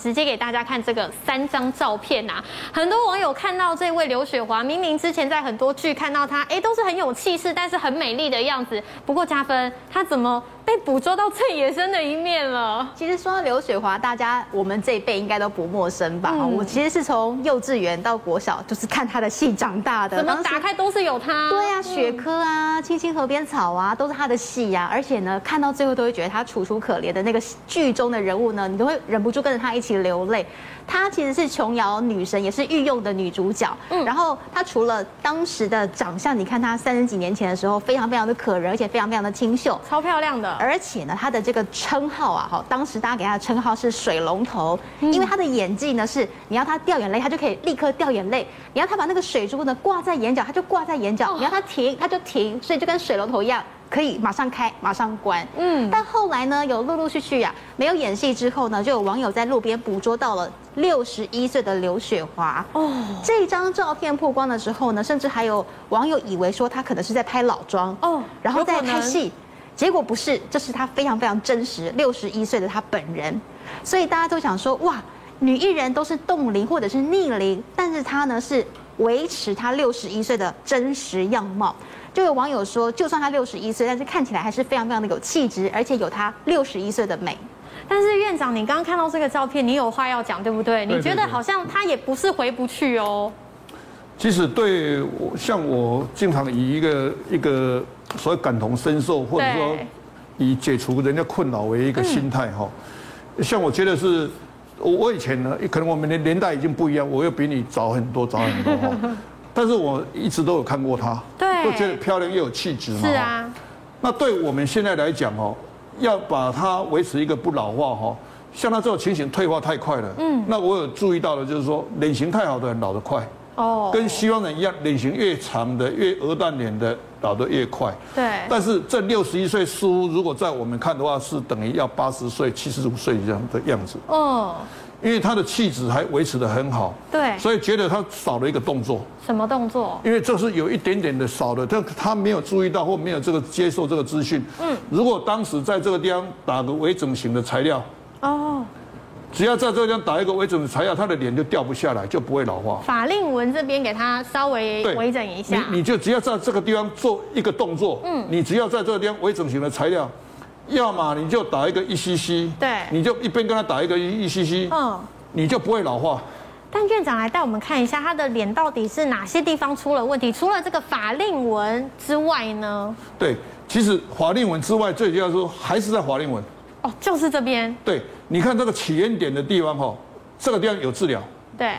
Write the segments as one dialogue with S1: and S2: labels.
S1: 直接给大家看这个三张照片啊！很多网友看到这位刘雪华，明明之前在很多剧看到她，哎，都是很有气势，但是很美丽的样子。不过加分，她怎么被捕捉到最野生的一面了？
S2: 其实说到刘雪华，大家我们这一辈应该都不陌生吧？
S1: 嗯
S2: 我其实是从幼稚园到国小，就是看她的戏长大的。
S1: 怎么
S2: 当时
S1: 打嗯开都是有她？
S2: 对呀、雪珂啊，青青河边草啊，都是他的戏呀、而且呢，看到最后都会觉得他楚楚可怜的那个剧中的人物呢，你都会忍不住跟着他一起流泪。她其实是琼瑶女神，也是御用的女主角。
S1: 嗯
S2: 然后她除了当时的长相，你看她三十几年前的时候，非常非常的可人，而且非常非常的清秀。
S1: 超漂亮的。
S2: 而且呢，她的这个称号啊，哈，当时大家给她的称号是水龙头，因为她的演技呢是，你要她掉眼泪，她就可以立刻掉眼泪；你要她把那个水珠呢挂在眼角，她就挂在眼角；你要她停，她就停，所以就跟水龙头一样。可以马上开，马上关。
S1: 嗯
S2: 嗯，但后来呢，有陆陆续续呀、没有演戏之后呢，就有网友在路边捕捉到了六十一岁的刘雪华。哦，这张照片曝光的时候呢，甚至还有网友以为说她可能是在拍老妆
S1: 哦
S2: 哦，然后
S1: 有
S2: 再
S1: 可能
S2: 拍戏。结果不是，这是她非常非常真实，六十一岁的她本人，所以大家都想说，哇，女艺人都是冻龄或者是逆龄，但是她呢是维持她六十一岁的真实样貌。就有网友说，就算她六十一岁，但是看起来还是非常非常的有气质，而且有她六十一岁的美。
S1: 但是院长，你刚刚看到这个照片，你有话要讲，对不对？
S3: 对
S1: 你觉得
S3: 对对
S1: 好像她也不是回不去哦。
S3: 其实对我像我经常以一个一个所谓感同身受，或者说
S1: 对嗯
S3: 以解除人家困扰为一个心态哈、像我觉得是，我我以前呢，可能我们的年代已经不一样，我又比你早很多，早很 多哈。但是我一直都有看过她，
S1: 对
S3: 都觉得漂亮又有气质嘛。
S1: 是
S3: 哈
S1: 啊，
S3: 那对我们现在来讲哦，要把它维持一个不老化哈、哦，像它这种情形退化太快了。嗯，那我有注意到的就是说，脸型太好的人老得快，
S1: 哦，
S3: 跟西方人一样，脸型越长的、越鹅蛋脸的老得越快。
S1: 对
S3: 但是这六十一岁似乎，如果在我们看的话，是等于要八十岁、七十五岁这样的样子，
S1: 哦，
S3: 因为他的气质还维持得很好。
S1: 对
S3: 所以觉得他少了一个动作。
S1: 什么动作？
S3: 因为这是有一点点的少的，但他没有注意到或没有这个接受这个资讯。嗯，如果当时在这个地方打个微整形的材料，
S1: 哦，
S3: 只要在这个地方打一个微整的材料，他的脸就掉不下来，就不会老化。
S1: 法令纹这边给他稍微微整一下。
S3: 你你就只要在这个地方做一个动作，嗯，你只要在这个地方微整形的材料，要么你就打一个一 cc，
S1: 对
S3: 你就一边跟他打一个一 cc，
S1: 嗯，
S3: 你就不会老化。
S1: 但院长来带我们看一下他的脸到底是哪些地方出了问题。除了这个法令纹之外呢？
S3: 对，其实法令纹之外，最主要说还是在法令纹。
S1: 哦，就是这边。
S3: 对，你看这个起源点的地方哈、这个地方有治疗，
S1: 对，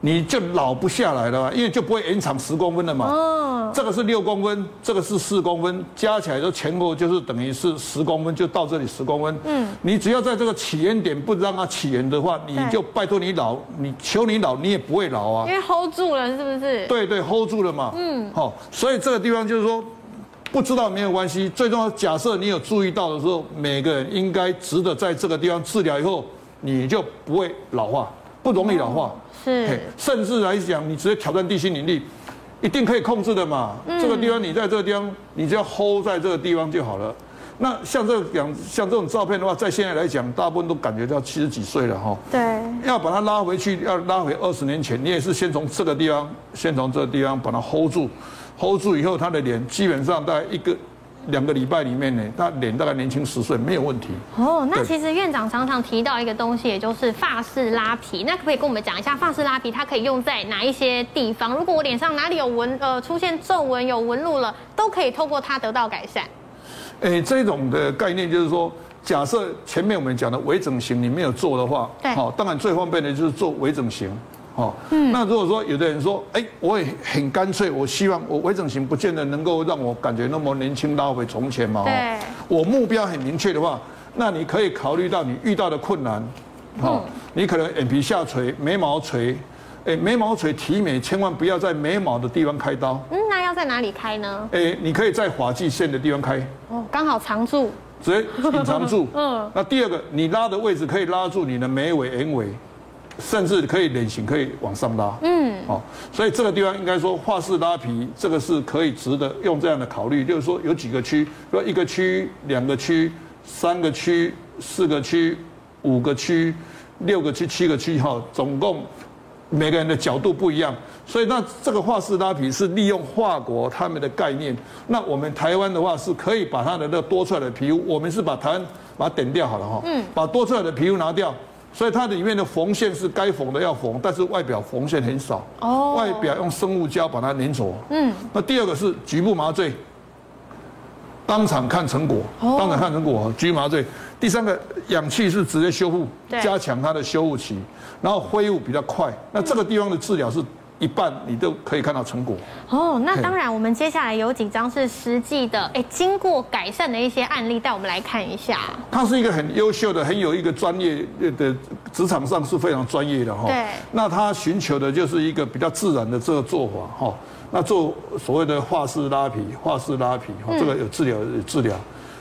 S3: 你就老不下来了嘛，因为就不会延长十公分了嘛。
S1: 嗯，
S3: 这个是六公分，这个是四公分，加起来就前后就是等于是十公分，就到这里十公分。
S1: 嗯
S3: 嗯，你只要在这个起源点不让它起源的话，你
S1: 对
S3: 就拜托你老，你求你老，你也不会老啊
S1: 因。为 hold 住了，是不是？
S3: 对对，hold 住了嘛。嗯，好、所以这个地方就是说，不知道没有关系。最重要，假设你有注意到的时候，每个人应该值得在这个地方治疗以后，你就不会老化，不容易老化。嘿
S1: 是，
S3: 甚至来讲，你直接挑战地心引力，一定可以控制的嘛。这个地方你在这个地方，你只要 hold 在这个地方就好了。那像这个讲，像这种照片的话，在现在来讲，大部分都感觉到七十几岁了哈。
S1: 对，
S3: 要把它拉回去，要拉回二十年前，你也是先从这个地方，先从这个地方把它 hold 住，hold 住以后，他的脸基本上大概一个两个礼拜里面呢，他脸大概年轻十岁没有问题。
S1: 哦，那
S3: 对
S1: 其实院长常常提到一个东西，也就是发饰拉皮。那可不可以跟我们讲一下，发饰拉皮它可以用在哪一些地方？如果我脸上哪里有纹，呃，出现皱纹、有纹路了，都可以透过它得到改善。
S3: 诶，哎这种的概念就是说，假设前面我们讲的微整形你没有做的话，
S1: 对
S3: 好，当然最方便的就是做微整形。哦，嗯，那如果说有的人说，哎、我也很干脆，我希望我微整形不见得能够让我感觉那么年轻，拉回从前嘛，哦
S1: 对
S3: 我目标很明确的话，那你可以考虑到你遇到的困难，哦，
S1: 嗯
S3: 你可能眼皮下垂、眉毛垂，哎，眉毛垂提眉，千万不要在眉毛的地方开刀，
S1: 嗯，那要在哪里开呢？
S3: 哎，你可以在发际线的地方开，
S1: 哦，刚好常住。
S3: 直接隐藏住。
S1: 嗯
S3: 嗯，那第二个，你拉的位置可以拉住你的眉尾、眼尾，甚至可以脸型可以往上拉。嗯，哦，所以这个地方应该说画式拉皮，这个是可以值得用这样的考虑，就是说有几个区，比如说一个区、两个区、三个区、四个区、五个区。六个区、七个区哈，总共每个人的角度不一样，所以那这个画式拉皮是利用法国他们的概念，那我们台湾的话是可以把它的那多出来的皮肤，我们是把台湾把它点掉好了哈，嗯，把多出来的皮肤拿掉。所以它里面的缝线是该缝的要缝，但是外表缝线很少。
S1: 哦
S3: 外表用生物胶把它粘着。嗯。那第二个是局部麻醉，当场看成果，
S1: 哦
S3: 当场看成果，局部麻醉。第三个氧气是直接修复
S1: 对，
S3: 加强它的修复期，然后恢复比较快。那这个地方的治疗是一半你都可以看到成果。
S1: 哦，那当然，我们接下来有几张是实际的，哎、经过改善的一些案例，带我们来看一下。
S3: 他是一个很优秀的、很有一个专业的职场上是非常专业的哈。
S1: 对
S3: 那他寻求的就是一个比较自然的这个做法哈。那做所谓的画式拉皮、画式拉皮哈，
S1: 嗯
S3: 这个有治疗有治疗。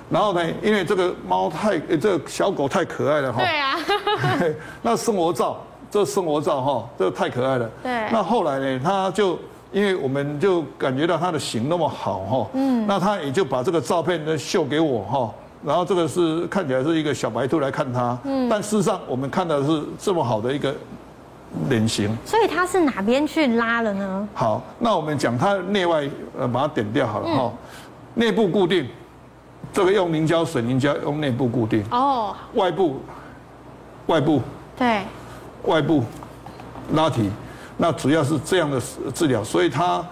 S3: 然后呢，因为这个猫太，呃这个小狗太可爱了哈
S1: 对。啊，
S3: 对。 那生活照，这生活照哈，这太可爱了。
S1: 对
S3: 那后来呢，他就因为我们就感觉到他的型那么好哈，嗯，那他也就把这个照片呢秀给我哈。然后这个是看起来是一个小白兔来看他，嗯，但事实上我们看到的是这么好的一个脸型。
S1: 所以他是哪边去拉了呢？
S3: 好，那我们讲它内外呃把它点掉好了哈，内部固定，这个用凝胶水凝胶用内部固定，
S1: 哦，
S3: 外部外部
S1: 对，
S3: 外部拉提，那主要是这样的治疗，所以它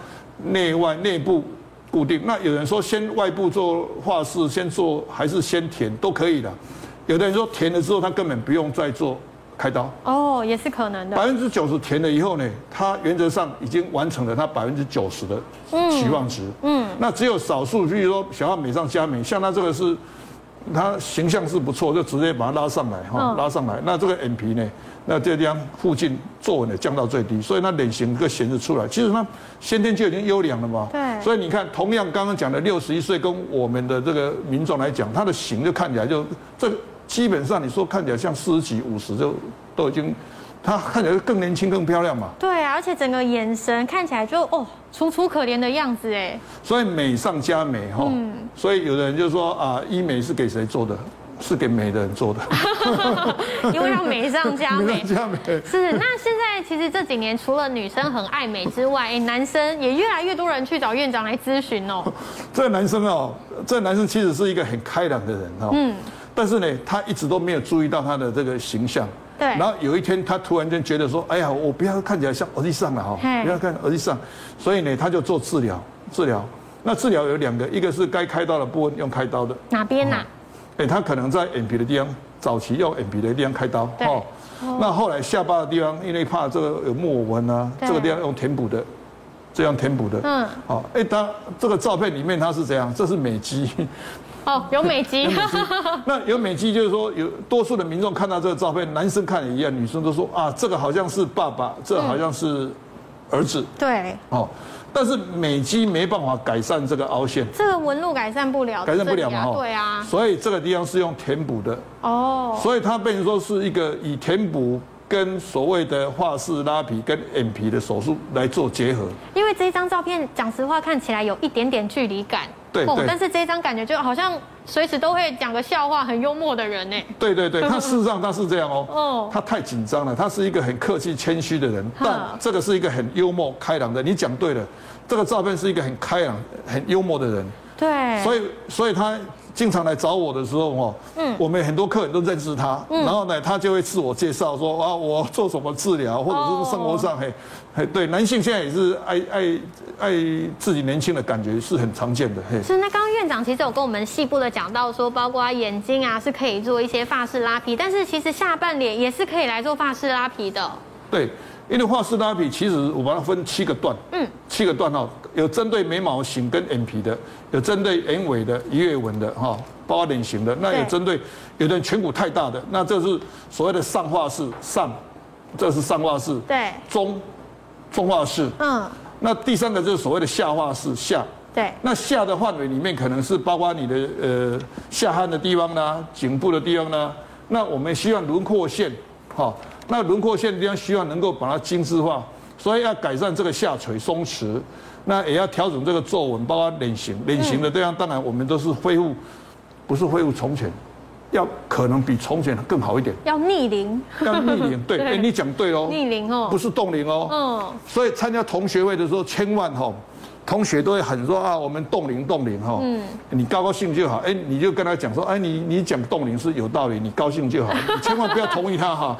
S3: 内外内部固定。那有人说先外部做画室，先做还是先填都可以的。有的人说填了之后，他根本不用再做开刀。
S1: 哦，也是可能的。
S3: 百分之九十填了以后呢，它原则上已经完成了它百分之九十的期望值。嗯，那只有少数，比如说想要美上加美，像它这个是，它形象是不错，就直接把它拉上来哈，
S1: 嗯
S3: 拉上来。那这个眼皮呢，那这个地方附近皱纹呢降到最低，所以它脸型跟显示出来。其实它先天就已经优良了嘛。
S1: 对
S3: 所以你看，同样刚刚讲的六十一岁跟我们的这个民众来讲，他的型就看起来就这基本上你说看起来像四十几、五十就都已经，他看起来更年轻、更漂亮嘛。
S1: 对啊，而且整个眼神看起来就哦楚楚可怜的样子 哎，
S3: 所以美上加美
S1: 嗯
S3: 哈，所以有的人就说啊，医美是给谁做的？是给美的人做的，
S1: 因为要美上加
S3: 美
S1: 美
S3: 上。加美。
S1: 是，那现在其实这几年除了女生很爱美之外，哎，男生也越来越多人去找院长来咨询 哦。
S3: 这个男生哦，这个男生其实是一个很开朗的人哦，嗯，但是呢，他一直都没有注意到他的这个形象。
S1: 对
S3: 然后有一天，他突然间觉得说：“哎呀，我不要看起来像耳机上了哈、
S1: 嘿
S3: 不要看耳机上。”所以呢，他就做治疗，治疗。那治疗有两个，一个是该开刀的部分用开刀的，
S1: 哪边啊呐、
S3: 哎，他可能在眼皮的地方，早期用眼皮的地方开刀，
S1: 对
S3: 哦，那后来下巴的地方，因为怕这个有木偶纹啊，
S1: 对
S3: 这个地方用填补的，这样填补的，
S1: 嗯
S3: 嗯，好，哎，他这个照片里面他是这样，这是美 肌，
S1: 哦，有美 肌。
S3: 那有美肌就是说有多数的民众看到这个照片，男生看也一样，女生都说啊，这个好像是爸爸，这好
S1: 嗯
S3: 像是儿子，
S1: 对，
S3: 哦，但是美肌没办法改善这个凹陷，
S1: 这个纹路改善不了，
S3: 改善不了
S1: 这里
S3: 嘛，
S1: 啊
S3: 哈，
S1: 哦对啊，
S3: 所以这个地方是用填补的。
S1: 哦，
S3: 所以它变成说是一个以填补跟所谓的画式拉皮跟眼皮的手术来做结合。
S1: 因为这张照片，讲实话看起来有一点点距离感，哦
S3: 对对
S1: 但是这张感觉就好像随时都会讲个笑话、很幽默的人呢。
S3: 对对对，他事实上他是这样
S1: 哦
S3: 哦，他太紧张了，他是一个很客气谦虚的人，但
S1: 哈
S3: 这个是一个很幽默开朗的。你讲对了，这个照片是一个很开朗、很幽默的人，
S1: 对，
S3: 所
S1: 以
S3: 以所以他经常来找我的时候哦，我们很多客人都认识他，然后呢，他就会自我介绍说啊，我做什么治疗，或者是生活上嘿，嘿，对，男性现在也是爱爱爱自己年轻的感觉是很常见的，嘿，
S1: 是那刚刚院长其实有跟我们细部的讲到说，包括眼睛啊是可以做一些发式拉皮，但是其实下半脸也是可以来做发式拉皮的。
S3: 对，因为画式拉皮其实我把它分七个段，嗯，七个段哈，有针对眉毛型跟眼皮的，有针对眼尾的、鱼尾纹的哈，包括脸型的，那
S1: 对
S3: 有针对有的人颧骨太大的，那这是所谓的上画式上，这是上画式，
S1: 对，
S3: 中中画式，
S1: 嗯，
S3: 那第三个就是所谓的下画式下。
S1: 对，
S3: 那下的范围里面可能是包括你的呃下颌的地方啦、颈部的地方啦、那我们希望轮廓线，好、那轮廓线的地方希望能够把它精致化，所以要改善这个下垂松弛，那也要调整这个
S1: 嗯
S3: 皱纹，包括脸型，脸型的地方当然我们都是恢复，不是恢复从前，要可能比从前更好一点，
S1: 要逆龄，
S3: 要逆龄。 对，哎，你讲对喽，
S1: 逆龄哦
S3: 不是冻龄哦。
S1: 嗯，
S3: 所以参加同学会的时候，千万哈、同学都会很说啊，我们冻龄冻龄哈，
S1: 嗯
S3: 你高高兴就好。哎，你就跟他讲说，哎，你你讲冻龄是有道理，你高 兴就好，你千万不要同意他哈。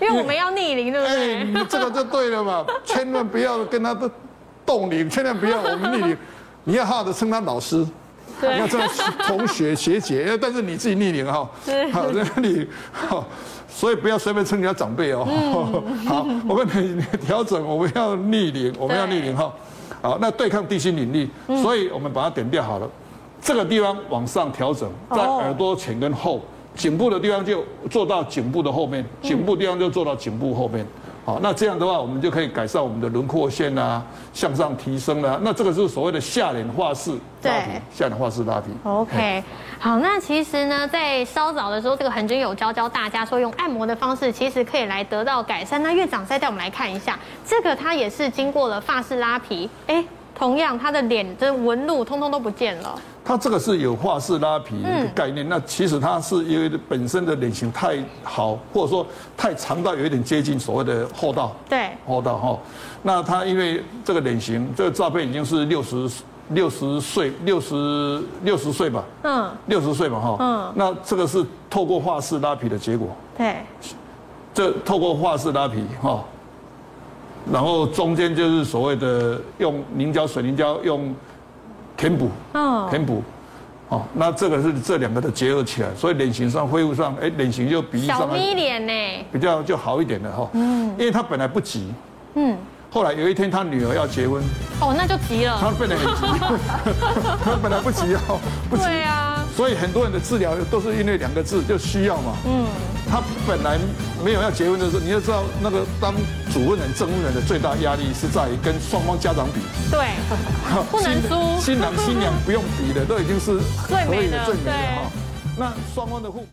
S1: 因为我们要逆龄，对不
S3: 哎，
S1: 对？
S3: 你这个就对了嘛，千万不要跟他的动龄，千万不要我们逆龄， 你要好好的称他老师。
S1: 对
S3: 你要称他同学学姐，哎但是你自己逆龄哈，好， 那你好，所以不要随便称人家长辈哦。
S1: 嗯
S3: 好，我们调整，我们要逆龄，我们要逆龄哈。好，那对抗地心引力，
S2: 嗯
S3: 所以我们把它点掉好了。这个地方往上调整，在
S2: 哦
S3: 耳朵前跟后，颈部的地方就做到颈部的后面，
S2: 嗯
S3: 颈部地方就做到颈部后面。好，那这样的话，我们就可以改善我们的轮廓线啊，向上提升啦、那这个就是所谓的下脸画式拉皮
S2: 对，
S3: 下脸画式拉皮。
S1: OK，好，那其实呢，在稍早的时候，这个恒君有教教大家说，用按摩的方式其实可以来得到改善。那院长再带我们来看一下，这个它也是经过了发式拉皮，哎，同样它的脸的纹路通通都不见了。
S3: 它这个是有画式拉皮
S1: 嗯
S3: 的概念，那其实它是因为本身的脸型太好，或者说太长到有一点接近所谓的厚道。
S1: 对
S3: 厚道哈。那他因为这个脸型，这个照片已经是六十六十岁，六十六十岁吧，
S1: 嗯，
S3: 六十岁嘛哈。
S1: 嗯
S3: 那这个是透过画式拉皮的结果，
S1: 对，
S3: 这透过画式拉皮哈，然后中间就是所谓的用凝胶、水凝胶用填补，
S1: 嗯
S3: 填补。哦，那这个是这两个的结合起来，所以脸型上、恢复上，哎，脸型就比例
S1: 小
S3: 上
S1: 咪脸呢？
S3: 比较就好一点了哈。嗯，因为他本来不急，
S1: 嗯，
S3: 后来有一天他女儿要结婚，
S1: 哦，那就急
S3: 他
S1: 了。
S3: 本来很 急，他本来不急哦，不急。
S1: 对啊，
S3: 所以很多人的治疗都是因为两个字，就需要嘛。嗯，他本来没有要结婚的时候，你就知道那个当主婚人、证婚人的最大压力是在于跟双方家长比，
S1: 对，不能
S3: 新
S1: 输
S3: 新郎新娘不用比的，都已经是
S1: 哦最
S3: 合
S1: 美
S3: 理
S1: 的
S3: 的最美
S1: 对
S3: 的哈。那双方的互。